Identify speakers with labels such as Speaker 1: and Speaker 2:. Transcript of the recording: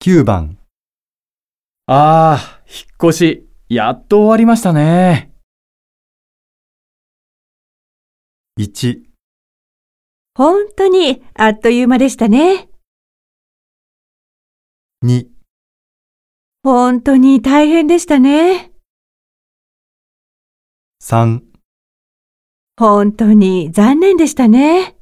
Speaker 1: 9番、
Speaker 2: ああ、引っ越し、やっと終わりましたね。
Speaker 1: 1、
Speaker 3: 本当にあっという間でしたね。
Speaker 1: 2、
Speaker 3: 本当に大変でしたね。
Speaker 1: 3
Speaker 3: 本当に残念でしたね。